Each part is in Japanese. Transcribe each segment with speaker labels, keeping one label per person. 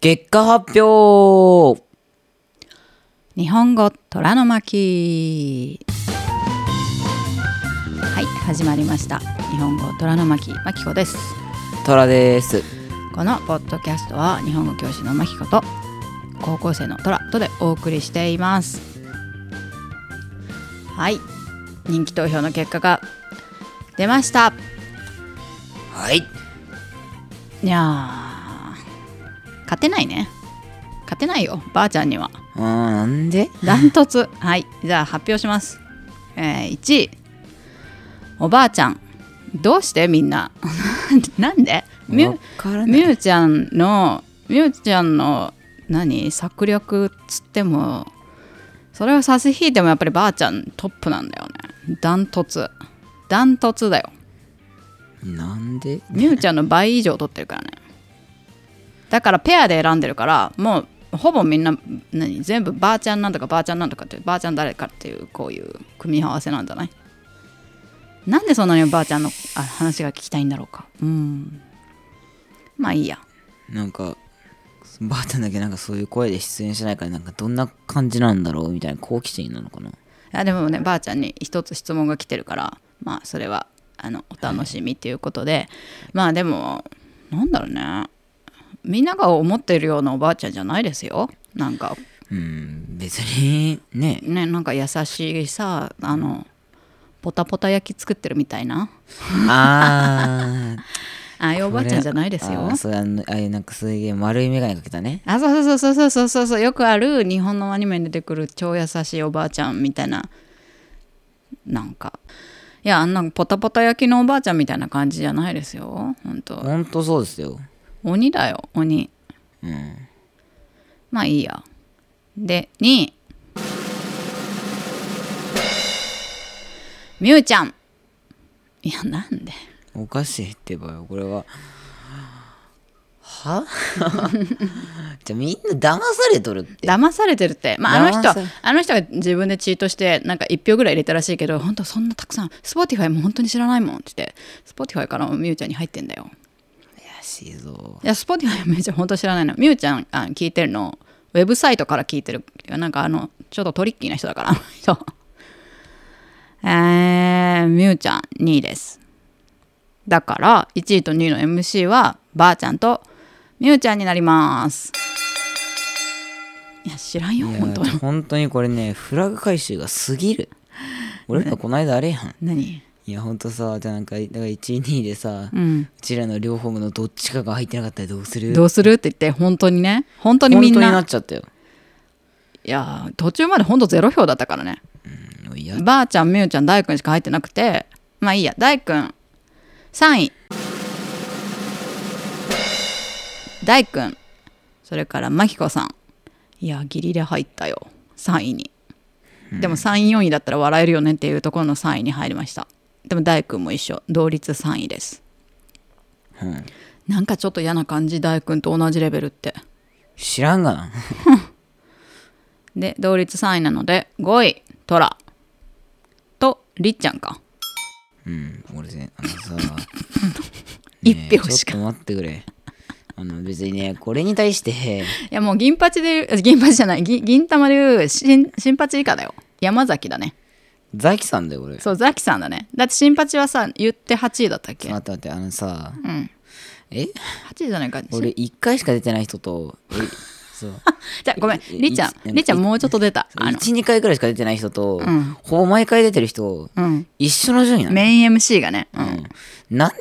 Speaker 1: 結果発表
Speaker 2: 日本語虎の巻はい始まりました日本語虎の巻まきこです
Speaker 1: トラです
Speaker 2: このポッドキャストは日本語教師のまきこと高校生の虎とでお送りしていますはい人気投票の結果が出ました
Speaker 1: はい
Speaker 2: いやー勝てないね勝てないよばあちゃんには
Speaker 1: うーんなんで
Speaker 2: ダントツはいじゃあ発表します、えー、1位おばあちゃんどうしてみんな なんでみ
Speaker 1: わ
Speaker 2: ゆ
Speaker 1: から
Speaker 2: み
Speaker 1: ない
Speaker 2: ゆちゃんのみゆちゃんの何策略っつってもそれを差し引いてもやっぱりばあちゃんトップなんだよねダントツダントツだよ
Speaker 1: なんで
Speaker 2: みゆちゃんの倍以上取ってるからねだからペアで選んでるからもうほぼみんな何全部ばあちゃんなんとかばあちゃんなんとかってばあちゃん誰かっていうこういう組み合わせなんじゃないなんでそんなにばあちゃんのあ話が聞きたいんだろうかうんまあいいや
Speaker 1: なんかばあちゃんだけなんかそういう声で出演しないからなんかどんな感じなんだろうみたいな好奇心なのかな
Speaker 2: あでもねばあちゃんに一つ質問が来てるからまあそれはあのお楽しみということで、まあでもなんだろうねみんなが思ってるようなおばあちゃんじゃないですよなんか
Speaker 1: うーん別に ね
Speaker 2: ねなんか優しいさあのポタポタ焼き作ってるみたいな
Speaker 1: あー
Speaker 2: ああいうおばあちゃんじゃないです
Speaker 1: あ
Speaker 2: よ
Speaker 1: ーそうあのああいうなんかすげえ丸い眼鏡かけたね
Speaker 2: あそうそうそうそうそうそうそうよくある日本のアニメに出てくる超優しいおばあちゃんみたいななんかいやあんなポタポタ焼きのおばあちゃんみたいな感じじゃないですよ本当
Speaker 1: ほんとそうですよ
Speaker 2: 鬼だよ鬼
Speaker 1: うん
Speaker 2: まあいいやで2位みゆちゃんいやなんで
Speaker 1: おかしいってばよこれはは じゃあみんな騙されとるって
Speaker 2: 騙されてるって、まあ、あの人
Speaker 1: 騙
Speaker 2: は
Speaker 1: され
Speaker 2: あの人が自分でチートしてなんか1票ぐらい入れたらしいけど本当そんなたくさん Spotify も本当に知らないもんって言って Spotify からもみゆちゃんに入ってんだよ
Speaker 1: 怪しいぞ
Speaker 2: いや Spotify めゆちゃん本当知らないのみゆちゃんあ聞いてるのウェブサイトから聞いてるなんかあのちょっとトリッキーな人だからあ の人えー、みゆちゃん2位ですだから1位と2位の MC はばあちゃんとみゆちゃんになりますいや知らんよ
Speaker 1: いや
Speaker 2: 本当に
Speaker 1: 本当にこれねフラグ回収が過ぎる俺らこの間あれやん
Speaker 2: 何
Speaker 1: いやほんとさじゃあなんかだから12でさ、う
Speaker 2: うん
Speaker 1: ちらの両方のどっちかが入ってなかったらどうする
Speaker 2: どうするって言って本当にね本当に
Speaker 1: 本当
Speaker 2: み
Speaker 1: に
Speaker 2: んな
Speaker 1: なっちゃったよ、
Speaker 2: いやー途中まで本当ゼロ票だったからね
Speaker 1: うん、いや
Speaker 2: ばあちゃんみゆちゃん大くんしか入ってなくてまあいいや大くん3位大くんそれからまきこさんいやギリで入ったよ3位にでも3位4位だったら笑えるよねっていうところの3位に入りましたでも大くんも一緒同率3位です
Speaker 1: うん
Speaker 2: なんかちょっと嫌な感じ大くんと同じレベルって
Speaker 1: 知らんがな
Speaker 2: で同率3位なので5位トラとりっちゃんか
Speaker 1: うん俺ねあのさ
Speaker 2: 一
Speaker 1: ね
Speaker 2: 票しか
Speaker 1: ちょっと待ってくれあの別にねこれに対して
Speaker 2: いやもう銀八で言う銀八じゃない銀銀玉で言う新新八以下だよ山崎だね
Speaker 1: ザキさんだよ俺
Speaker 2: そうザキさんだねだって新八はさ言って8位だったっけ
Speaker 1: 待って待ってあのさ
Speaker 2: うん
Speaker 1: え
Speaker 2: 8位じゃないか
Speaker 1: 俺
Speaker 2: し
Speaker 1: 1回しか出てない人とえそう
Speaker 2: じゃあごめんりっちゃ
Speaker 1: い
Speaker 2: んりっちゃんもうちょっと出たあの
Speaker 1: 12回くらいしか出てない人と、
Speaker 2: ん
Speaker 1: ほぼ毎回出てる人
Speaker 2: うん
Speaker 1: 一緒の順位なの、
Speaker 2: メイン MC がね、うん
Speaker 1: うん、なんで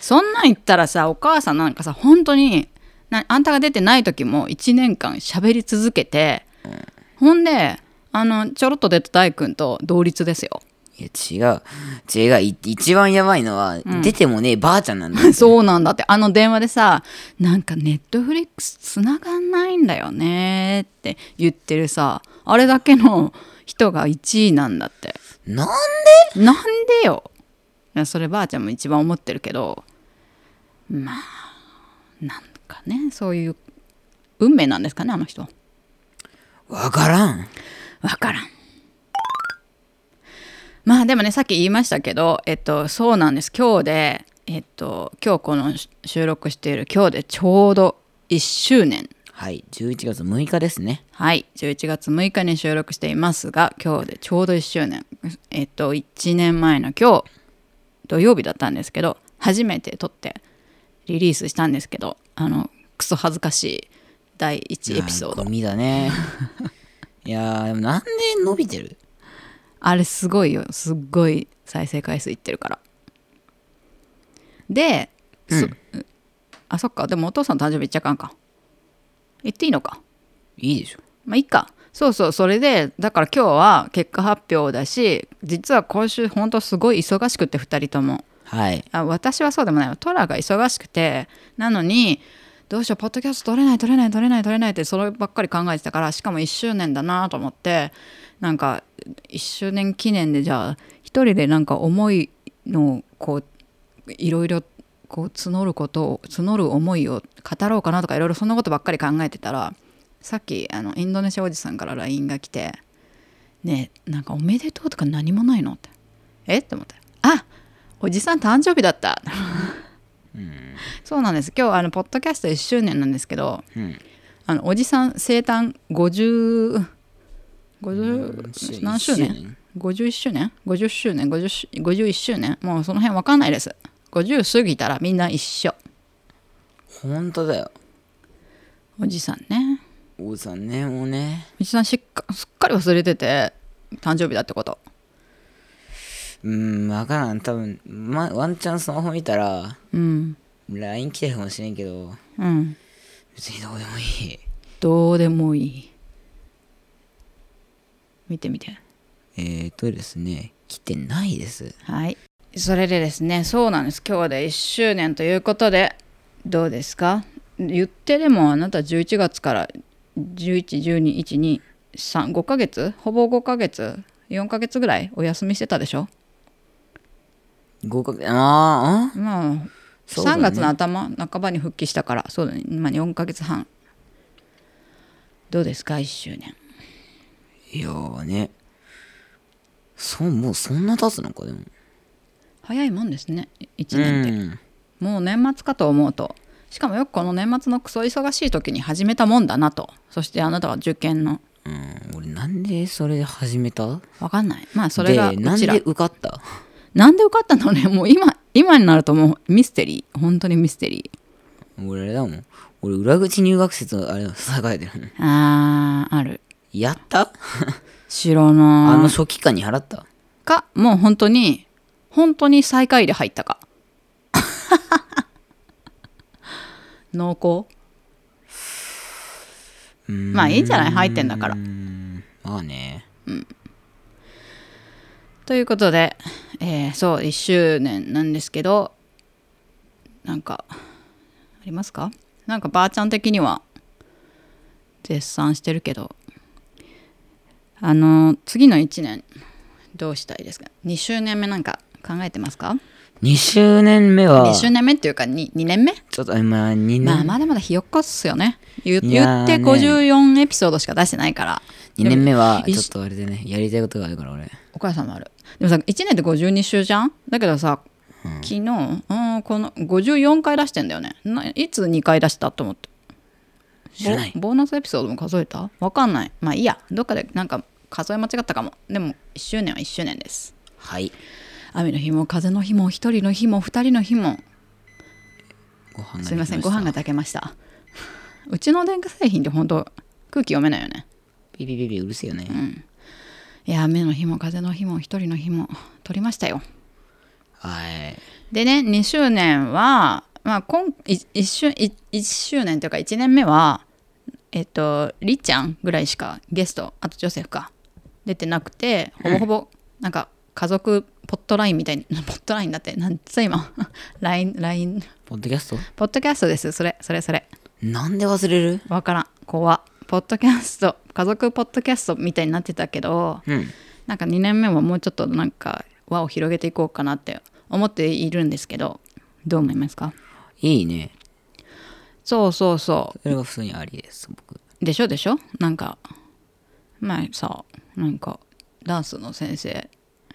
Speaker 2: そんなん言ったらさお母さんなんかさ本当になあんたが出てない時も1年間喋り続けて、ほんであのちょろっと出た大君と同率ですよ
Speaker 1: いや違う違うい一番やばいのは、出てもねえばあちゃんなん だ
Speaker 2: そうなんだってあの電話でさなんかネットフリックスつながんないんだよねって言ってるさあれだけの人が1位なんだって
Speaker 1: なんで
Speaker 2: なんでよいやそればあちゃんも一番思ってるけどまあなんかねそういう運命なんですかねあの人
Speaker 1: わからん
Speaker 2: わからんまあでもねさっき言いましたけどえっとそうなんです今日でえっと今日この収録している今日でちょうど1周年
Speaker 1: はい11月6日ですね
Speaker 2: はい11月6日に収録していますが今日でちょうど1周年えっと1年前の今日土曜日だったんですけど初めて撮ってリリースしたんですけどあのクソ恥ずかしい第1エピソー
Speaker 1: いや
Speaker 2: ド
Speaker 1: ゴミだね いやーでもなんで伸びてる
Speaker 2: あれすごいよすっごい再生回数いってるからで、そあそっかでもお父さんの誕生日いっちゃあかんか言っていいのか
Speaker 1: いいでしょ
Speaker 2: まあいいかそうそうそれでだから今日は結果発表だし実は今週ほんとすごい忙しくて2人とも
Speaker 1: はい
Speaker 2: あ私はそうでもないわトラが忙しくてなのにどうしようポッドキャスト撮れない撮れない撮れない撮れないってそればっかり考えてたからしかも1周年だなと思ってなんか1周年記念でじゃあ一人でなんか思いのこういろいろこう募ることを募る思いを語ろうかなとかいろいろそんなことばっかり考えてたらさっきあのインドネシアおじさんから LINE が来て「ねえなんかおめでとうとか何もないの?」って「えっ?」て思って「あおじさん誕生日だった」そうなんです今日あのポッドキャスト1周年なんですけど
Speaker 1: うん
Speaker 2: あのおじさん生誕50 50何周年51周年50周年50し51周年もうその辺わかんないです50過ぎたらみんな一緒
Speaker 1: 本当だよ
Speaker 2: おじさんね
Speaker 1: おじさんねもうね
Speaker 2: おじさんしっかすっかり忘れてて誕生日だってこと
Speaker 1: うん分からん多分、ま、ワンチャンスマホ見たら
Speaker 2: うん
Speaker 1: LINE 来てるかもしれんけど
Speaker 2: うん
Speaker 1: 別にどうでもいい
Speaker 2: どうでもいい見てみて
Speaker 1: えーとですね来てないです
Speaker 2: はいそれでですねそうなんです今日で1周年ということでどうですか言ってでもあなた11月から11121235ヶ月ほぼ5ヶ月4ヶ月ぐらいお休みしてたでしょ
Speaker 1: 合格あーあ
Speaker 2: まあ、
Speaker 1: そうだ
Speaker 2: 3
Speaker 1: ね
Speaker 2: 月の頭半ばに復帰したからそうだね、まあ、4ヶ月半どうですか1周年
Speaker 1: いやーねそうもうそんな経つのかでも
Speaker 2: 早いもんですね1
Speaker 1: う
Speaker 2: 年って、
Speaker 1: ん
Speaker 2: もう年末かと思うとしかもよくこの年末のクソ忙しい時に始めたもんだなとそしてあなたは受験の
Speaker 1: うん俺なんでそれで始めた
Speaker 2: わかんないまあそれが
Speaker 1: でな
Speaker 2: うんち
Speaker 1: で
Speaker 2: ら
Speaker 1: 受かった
Speaker 2: なんで受かった のねもう今今になるともうミステリー本当にミステリ
Speaker 1: 俺あれだもん俺裏口入学説のあれを栄えてるもん
Speaker 2: ーあーある
Speaker 1: やった
Speaker 2: 白
Speaker 1: あの
Speaker 2: の
Speaker 1: 初期化に払った
Speaker 2: かもう本当に本当に最下位で入ったか 濃厚まあいいんじゃない入ってんだから
Speaker 1: まあね
Speaker 2: ということで、えーそう1周年なんですけどなんかありますかなんかばあちゃん的には絶賛してるけどあの次の1年どうしたいですか2周年目なんか考えてますか
Speaker 1: 2周年目は
Speaker 2: 2周年目っていうか 2, 2年目
Speaker 1: ちょっとまあ2年、
Speaker 2: まあまだまだひよっこっすよね言
Speaker 1: いやー
Speaker 2: 言って
Speaker 1: ね
Speaker 2: 54エピソードしか出してないから
Speaker 1: 2年目は
Speaker 2: で
Speaker 1: ち
Speaker 2: も
Speaker 1: ょっとあれでねやりたいことがあるから俺
Speaker 2: お母さんもあるでもさ1年で52週じゃんだけどさ、昨日うんこの54回出してんだよねないつ2回出したと思って
Speaker 1: 知らない
Speaker 2: ボボーナスエピソードも数えたわかんないまあいいやどっかでなんか数え間違ったかもでも1周年は1周年です
Speaker 1: はい
Speaker 2: 雨の日も風の日も1人の日も2人の日も
Speaker 1: ご飯が
Speaker 2: すみませんご飯が炊けました うちの電化製品って本当空気読めないよね
Speaker 1: ビビビビうるせえよね、
Speaker 2: いや雨の日も風の日も一人の日も撮りましたよ
Speaker 1: はい
Speaker 2: でね2周年は、まあ、今 1, 周い一周年というか1年目はえっとりっちゃんぐらいしかゲストあとジョセフか出てなくてほぼほぼなんか家族ポットラインみたいに ポットラインだってなんつう今 LINE LINE
Speaker 1: ポッドキャスト
Speaker 2: ポッドキャストですそれそれそれ
Speaker 1: なんで忘れる
Speaker 2: わからん怖ポッドキャスト家族ポッドキャストみたいになってたけど
Speaker 1: うん
Speaker 2: なんか2年目ももうちょっとなんか輪を広げていこうかなって思っているんですけどどう思いますか
Speaker 1: いいね
Speaker 2: そうそうそ
Speaker 1: それが普通にありです僕
Speaker 2: うでしょでしょなんか前さなんかダンスの先生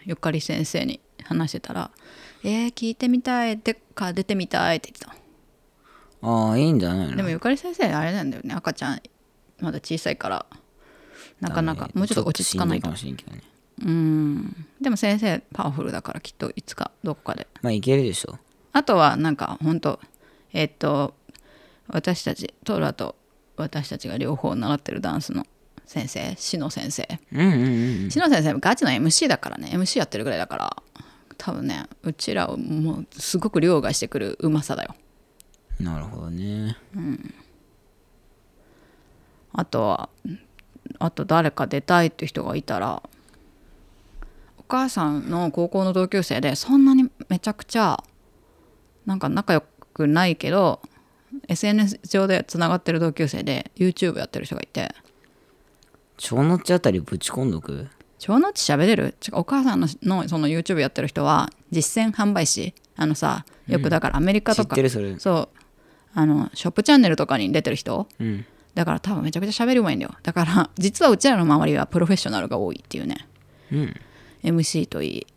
Speaker 2: ゆかり先生に話してたら「えー、聞いてみたい」ってか出てみたいって言ってた
Speaker 1: ああいいんじゃないの
Speaker 2: でもゆかり先生あれなんだよね赤ちゃんまだ小さいからなかなか
Speaker 1: だね
Speaker 2: もうちょっと落ち着かない
Speaker 1: ち
Speaker 2: と
Speaker 1: ょっとしんどいかもしれんけどね
Speaker 2: うんでも先生パワフルだからきっといつかどこかで
Speaker 1: まあいけるでしょ
Speaker 2: あとはなんか本当えっと私たちトーラと私たちが両方習ってるダンスの先生志乃先生
Speaker 1: うんうんうん
Speaker 2: 志乃先生もガチの MC だからね MC やってるぐらいだから多分ねうちらをもうすごく凌駕してくるうまさだよ
Speaker 1: うんなるほどね
Speaker 2: あとはあと誰か出たいって人がいたらお母さんの高校の同級生でそんなにめちゃくちゃなんか仲良くないけど SNS 上でつながってる同級生で YouTube やってる人がいて
Speaker 1: 超のっちあたりぶち込んどく
Speaker 2: 超のうち喋れるちかお母さんののその YouTube やってる人は実践販売士あのさよくだからアメリカ
Speaker 1: 知
Speaker 2: と
Speaker 1: っ
Speaker 2: か、
Speaker 1: てるそれ
Speaker 2: そうあのショップチャンネルとかに出てる人
Speaker 1: うん
Speaker 2: だから多分めちゃくちゃ喋りうまいんだよだから 実はうちらの周りはプロフェッショナルが多いっていうね
Speaker 1: うん
Speaker 2: MC といい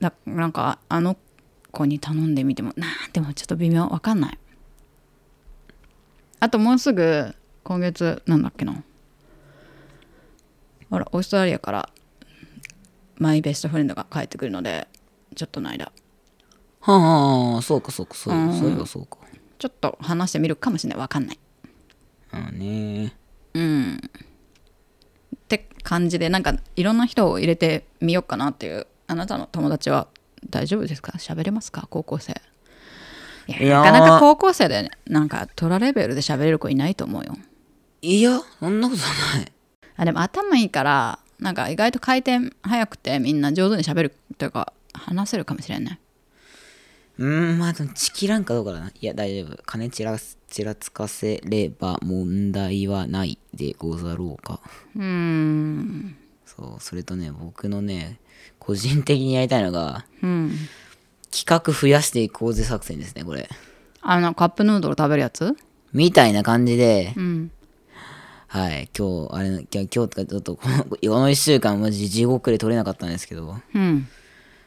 Speaker 2: だなんかあの子に頼んでみてもなんでもちょっと微妙わかんないあともうすぐ今月なんだっけなほらオーストラリアからマイベストフレンドが帰ってくるのでちょっとの間
Speaker 1: はあはあはあそうかそうかそう
Speaker 2: う
Speaker 1: か
Speaker 2: ん
Speaker 1: そういえばそうか
Speaker 2: ちょっと話してみるかもしれないわかんない
Speaker 1: ああね
Speaker 2: うんって感じでなんかいろんな人を入れてみようかなっていうあなたの友達は大丈夫ですか喋れますか高校生いや
Speaker 1: いやー
Speaker 2: なかなか高校生で、ね、なんかトラレベルで喋れる子いないと思うよ
Speaker 1: いやそんなことない
Speaker 2: あでも頭いいからなんか意外と回転早くてみんな上手に喋るというか話せるかもしれない、
Speaker 1: うんまあでもチキらんかどうかだないや大丈夫金ちらすちらつかせれば問題はないでござろうか
Speaker 2: うーん
Speaker 1: そうそれとね僕のね個人的にやりたいのが
Speaker 2: うん
Speaker 1: 企画増やしていこうぜ作戦ですねこれ
Speaker 2: あのカップヌードル食べるやつ
Speaker 1: みたいな感じで、
Speaker 2: うん
Speaker 1: はい今日あれ今日今日とかちょっとこのこの1週間マジ地獄で撮れなかったんですけど
Speaker 2: うん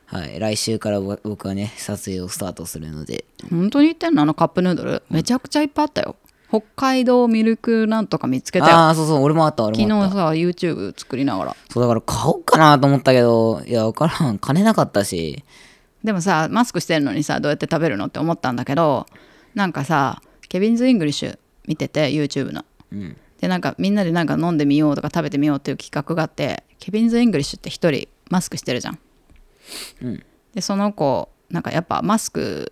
Speaker 1: はい来週から僕僕はね撮影をスタートするので
Speaker 2: 本当に言ってんのあのカップヌードルめちゃくちゃいっぱいあったよ北海道ミルクなんとか見つけたよ
Speaker 1: ああーそうそう俺もあった俺
Speaker 2: 昨日
Speaker 1: もあった
Speaker 2: さ YouTube 作りながら
Speaker 1: そうだから買おうかなと思ったけどいや分からん金なかったし
Speaker 2: でもさマスクしてるのにさどうやって食べるのって思ったんだけどなんかさケビンズ・イングリッシュ見てて YouTube の
Speaker 1: うん
Speaker 2: でなんかみんなでなんか飲んでみようとか食べてみようっていう企画があってケビンズ・イングリッシュって一人マスクしてるじゃん、
Speaker 1: うん
Speaker 2: でその子なんかやっぱマスク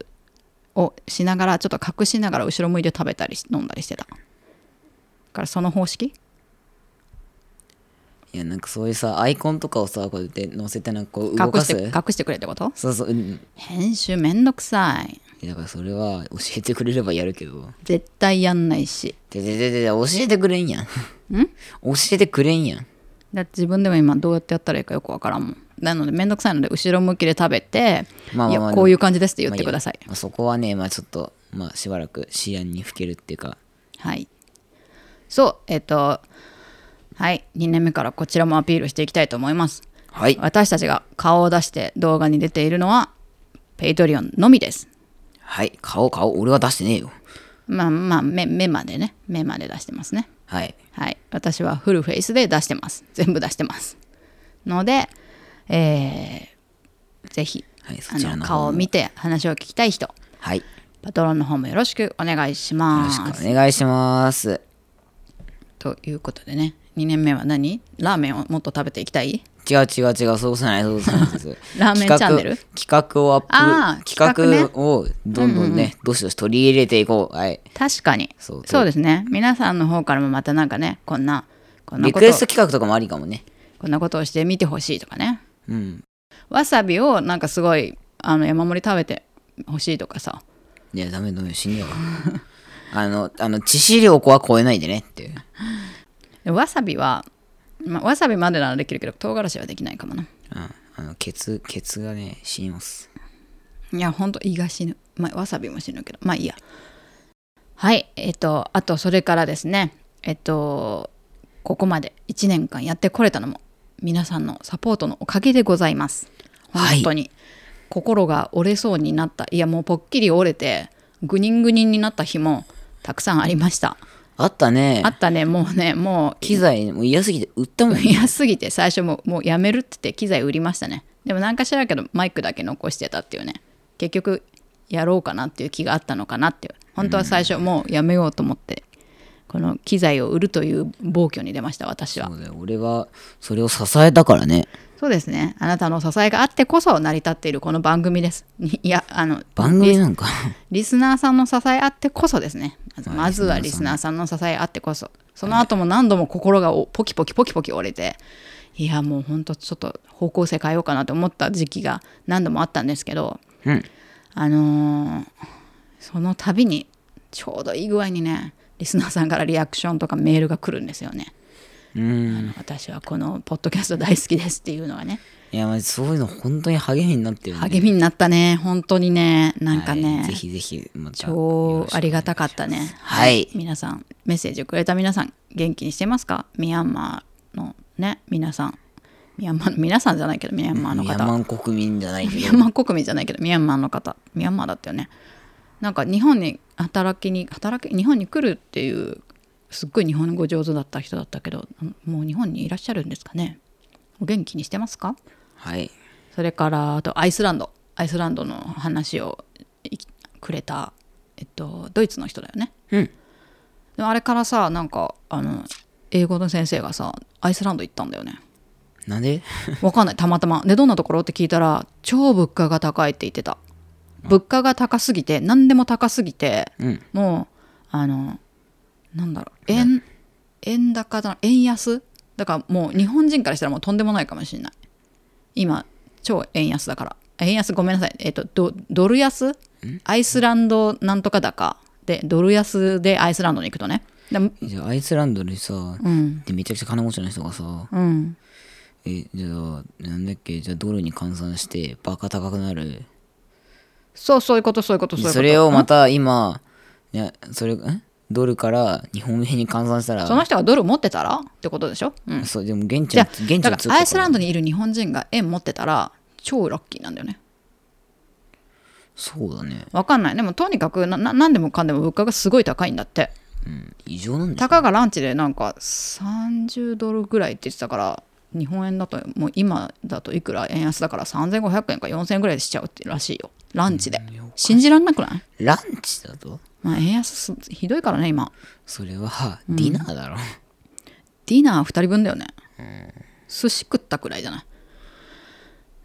Speaker 2: をしながらちょっと隠しながら後ろ向いて食べたりし飲んだりしてただからその方式
Speaker 1: いやなんかそういうさアイコンとかをさこうやって載せてなんかこう動
Speaker 2: 隠
Speaker 1: か
Speaker 2: して
Speaker 1: す
Speaker 2: 隠してくれってこと
Speaker 1: そうそう、うん、
Speaker 2: 編集めんどくさい
Speaker 1: だからそれは教えてくれればやるけど
Speaker 2: 絶対やんないし
Speaker 1: ででででで教えてくれんやん 教えてくれんやん
Speaker 2: だって自分でも今どうやってやったらいいかよくわからんもんなのでめんどくさいので後ろ向きで食べて「
Speaker 1: まあまあまあ
Speaker 2: いや
Speaker 1: でも
Speaker 2: こういう感じです」って言ってください、
Speaker 1: まあそこはねまあちょっとまあしばらく視野にふけるっていうか
Speaker 2: はいそうえっ、とはい2年目からこちらもアピールしていきたいと思います
Speaker 1: はい
Speaker 2: 私たちが顔を出して動画に出ているのはペイトリオンのみです
Speaker 1: はい顔顔俺は出してねえよ
Speaker 2: まあまあ目目までね目まで出してますね
Speaker 1: はい
Speaker 2: はい、私はフルフェイスで出してます。全部出してます。ので、えーぜひ、
Speaker 1: はいそ
Speaker 2: あ
Speaker 1: ちら
Speaker 2: の
Speaker 1: の方も
Speaker 2: 顔を見て話を聞きたい人、
Speaker 1: はいよ
Speaker 2: パトロンの方もよろしくお願いし
Speaker 1: ろ
Speaker 2: ま
Speaker 1: し
Speaker 2: す。
Speaker 1: くお願いします
Speaker 2: ということでね、2年目は何ラーメンをもっと食べていきたい
Speaker 1: 違う違う違うそういうことじゃないそういうことじゃないです
Speaker 2: ラーメンチャンネル
Speaker 1: 企画企画をア
Speaker 2: あ
Speaker 1: ッ
Speaker 2: ー
Speaker 1: プ企
Speaker 2: 企
Speaker 1: 画をどんどんね、どしどし取り入れていこうはい
Speaker 2: 確かに。
Speaker 1: そう
Speaker 2: そうですね。皆さんの方からもまたなんかね、こんな、こんな
Speaker 1: リ
Speaker 2: こ
Speaker 1: ク
Speaker 2: と
Speaker 1: エ
Speaker 2: を
Speaker 1: スト企画とかもありかもね
Speaker 2: こんなことをしてみてほしいとかね。
Speaker 1: うん
Speaker 2: わさびをなんかすごい、あの山盛り食べてほしいとかさ。
Speaker 1: いやダメダメ死んじゃ うわあのあの致死量は超えないでねっていう
Speaker 2: でわさびは、まあ、わさびまでならできるけど唐辛子はできないかもな
Speaker 1: うんあのケツケツがね死にます
Speaker 2: いやほんと胃が死ぬ、まあ、わさびも死ぬけどまあいいやはいえっとあとそれからですねえっとここまで1年間やってこれたのも皆さんのサポートのおかげでございます
Speaker 1: はい
Speaker 2: 本当に、心が折れそうになったいやもうぽっきり折れてぐにんぐにんになった日もたくさんありました
Speaker 1: あったね
Speaker 2: あったねもうねもう
Speaker 1: 機材もう嫌すぎて売ったもんね
Speaker 2: 安すぎて最初もうもうやめるって言って機材売りましたねでもなんかしらけどマイクだけ残してたっていうね結局やろうかなっていう気があったのかなっていう本当は最初もうやめようと思ってこの機材を売るという暴挙に出ました私は
Speaker 1: そうだよ俺はそれを支えたからね
Speaker 2: そうですねあなたの支えがあってこそ成り立っているこの番組ですいやあの
Speaker 1: 番組なんか
Speaker 2: リスナーさんの支えあってこそですねまずまずはリスナーさんの支えあってこそその後も何度も心がおポキポキポキポキ折れていやもうほんとちょっと方向性変えようかなと思った時期が何度もあったんですけど
Speaker 1: うん
Speaker 2: あのーその度にちょうどいい具合にねリスナーさんからリアクションとかメールが来るんですよね、
Speaker 1: うん
Speaker 2: あの私はこのポッドキャスト大好きですっていうのがね
Speaker 1: いやまあそういうの本当に励みになってるんで
Speaker 2: 励みになったね本当にねなんかね、
Speaker 1: はいぜひぜひまたよ
Speaker 2: 超
Speaker 1: ろしく
Speaker 2: ありがたかったね。
Speaker 1: はい
Speaker 2: 皆さん、メッセージをくれた皆さん、元気にしてますかミャンマーのね、皆さん。ミャンマーの皆さんじゃないけど、ミャンマーの
Speaker 1: ミ
Speaker 2: 方。
Speaker 1: ャンマー国民じゃないけ
Speaker 2: ミ
Speaker 1: ど
Speaker 2: ャンマー国民じゃないけど、ミャンマーの方。ミャンマーだったよね。なんか日本に働きに、働き、日本に来るっていう、すっごい日本語上手だった人だったけど、もう日本にいらっしゃるんですかね。お元気にしてますか
Speaker 1: はい
Speaker 2: それからあとアイスランドアイスランドの話をいくれた、えっと、ドイツの人だよね
Speaker 1: うん
Speaker 2: でもあれからさなんかあの英語の先生がさアイスランド行ったんだよね
Speaker 1: なんで
Speaker 2: わかんないたまたまでどんなところって聞いたら超物価が高いって言ってた物価が高すぎて何でも高すぎて
Speaker 1: うん
Speaker 2: もうあのなんだろう円円高だ円安だからもう日本人からしたらもうとんでもないかもしれない今超円安だから円安ごめんなさいえっ、とドドル安アイスランドなんとか高でドル安でアイスランドに行くとねで
Speaker 1: じゃあアイスランドでさ、
Speaker 2: うん
Speaker 1: でめちゃくちゃ金持ちの人がさ
Speaker 2: うん
Speaker 1: えじゃあなんだっけじゃあドルに換算してバカ高くなる
Speaker 2: そうそういうことそういうことそういうこと
Speaker 1: それをまた今いやそれんドルから日本円に換算したら
Speaker 2: その人がドル持ってたらってことでしょ、うん、
Speaker 1: そうでも現地
Speaker 2: じ
Speaker 1: の
Speaker 2: ゃあ
Speaker 1: 現地の
Speaker 2: だ
Speaker 1: 通
Speaker 2: か
Speaker 1: 貨
Speaker 2: らアイスラン
Speaker 1: ド
Speaker 2: ドにいる日本人が円持ってたら超ラッキーなんだよね
Speaker 1: そうだね
Speaker 2: わかんないでもとにかくなな何でもかんでも物価がすごい高いんだって
Speaker 1: 異常なんだ
Speaker 2: たかがランチでなんか30ドルぐらいって言ってたから日本円だともう今だといくら円安だから3500円か4000円ぐらいでしちゃうってらしいよランチで信じらんなくない、
Speaker 1: ランチだと
Speaker 2: まあ、円安すひどいからね今
Speaker 1: それはディナーだろ、
Speaker 2: ディナー2人分だよね寿司食ったくらいじゃない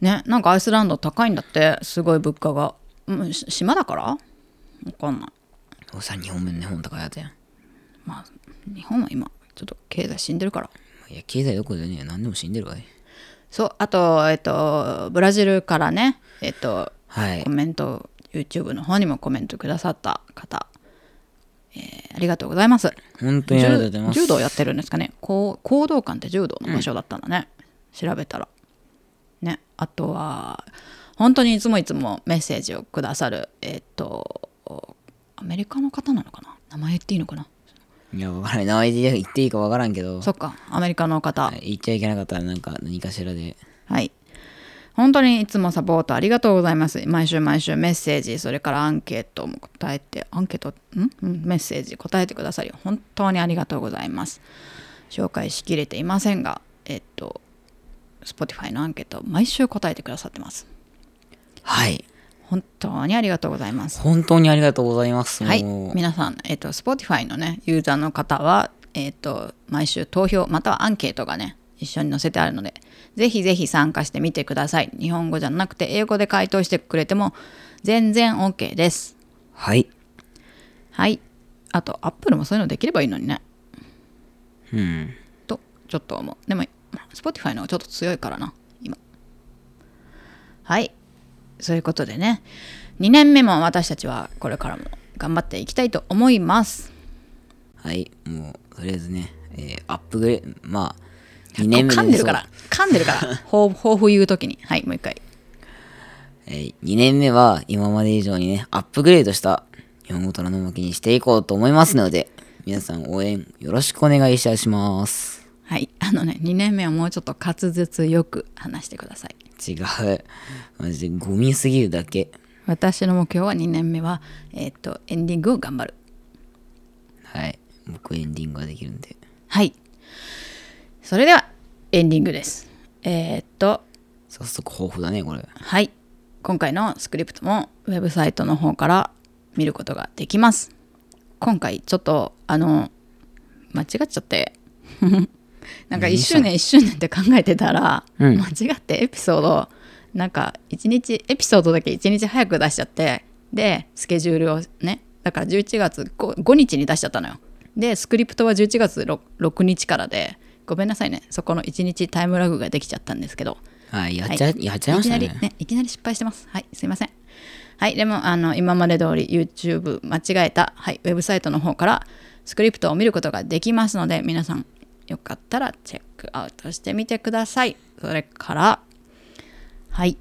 Speaker 2: ねなんかアイスランド高いんだってすごい物価が、うん、し島だからわかんない
Speaker 1: おさ日本円日本高いやつやん
Speaker 2: まあ日本は今ちょっと経済死んでるから
Speaker 1: いや経済どころじゃねえよ何でも死んでるわい
Speaker 2: そうあとえっとブラジルからねえっと
Speaker 1: はい
Speaker 2: コメント YouTube の方にもコメントくださった方、えーありがとうございます
Speaker 1: 本当にありがとうござい
Speaker 2: 柔
Speaker 1: ます
Speaker 2: 柔道やってるんですかねこう行動館って柔道の場所だったんだね、調べたらねあとは本当にいつもいつもメッセージをくださるえっ、とアメリカの方なのかな名前言っていいのかない
Speaker 1: やわからない名前で言っていいかわからんけど
Speaker 2: そっかアメリカの方
Speaker 1: はい言っちゃいけなかったらなんか何かしらで
Speaker 2: はい。本当にいつもサポートありがとうございます。毎週毎週メッセージ、それからアンケートも答えて、アンケート、んうんメッセージ答えてくださり、本当にありがとうございます。紹介しきれていませんが、えっと、Spotify のアンケート、毎週答えてくださってます。
Speaker 1: はい
Speaker 2: 本当にありがとうございます。
Speaker 1: 本当にありがとうございます
Speaker 2: はい、
Speaker 1: もう
Speaker 2: 皆さん、えっと、Spotify のね、ユーザーの方は、えっと、毎週投票、またはアンケートがね、一緒に載せてあるので、ぜひぜひ参加してみてください。日本語じゃなくて、英語で回答してくれても、全然 OK です。
Speaker 1: はい
Speaker 2: はい。あと、Apple もそういうのできればいいのにね、
Speaker 1: うん
Speaker 2: と、ちょっと思う。でも、Spotify の方がちょっと強いからな、今。はい。そういうことでね、2年目も私たちはこれからも頑張っていきたいと思います。
Speaker 1: はいもうとりあえずね、えーアップグレまあ2年目
Speaker 2: 噛んでるか
Speaker 1: そ
Speaker 2: ら
Speaker 1: う
Speaker 2: 噛んでるから 抱抱負言う時にはいもう一回
Speaker 1: え2年目は今まで以上にねアップグレードした日本語虎の巻にしていこうと思いますので皆さん応援よろしくお願いいたします
Speaker 2: はいあのね2年目はもうちょっと滑舌よく話してください
Speaker 1: 違うマジでゴミすぎるだけ
Speaker 2: 私の目標は2年目はえーっとエンディングを頑張る
Speaker 1: はい。僕エンディングができるんで。
Speaker 2: はいそれではエンディングですえーっと
Speaker 1: 早速豊富だね、これ。
Speaker 2: はい今回のスクリプトもウェブサイトの方から見ることができます今回ちょっとあの間違っちゃって なんか1周年1周年って考えてたら、
Speaker 1: うん
Speaker 2: 間違ってエピソードなんか1日エピソードだけ1日早く出しちゃってでスケジュールをねだから11月 5, 5日に出しちゃったのよでスクリプトは11月 6, 6日からでごめんなさいねそこの1日タイムラグができちゃったんですけど
Speaker 1: はい、やっちゃ、
Speaker 2: はい
Speaker 1: やっちゃいました
Speaker 2: いきな
Speaker 1: ね。
Speaker 2: りねいきなり失敗してますはいすいませんはいでもあの今まで通り YouTube 間違えた、はい、ウェブサイトの方からスクリプトを見ることができますので皆さんよかったらチェックアウトしてみてくださいそれからはい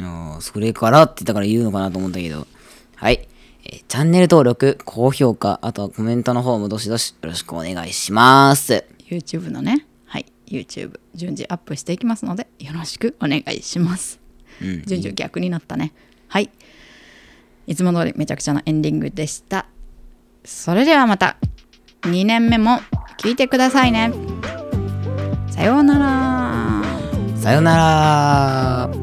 Speaker 1: あーそれからって言ったから言うのかなと思ったけど。はい。えーチャンネル登録、高評価、あとはコメントの方もどしどしよろしくお願いします。
Speaker 2: YouTube のねはい YouTube 順次アップしていきますのでよろしくお願いします、順序逆になったねはいいつも通りめちゃくちゃなエンディングでしたそれではまた2年目も聞いてくださいねさようなら
Speaker 1: さよなら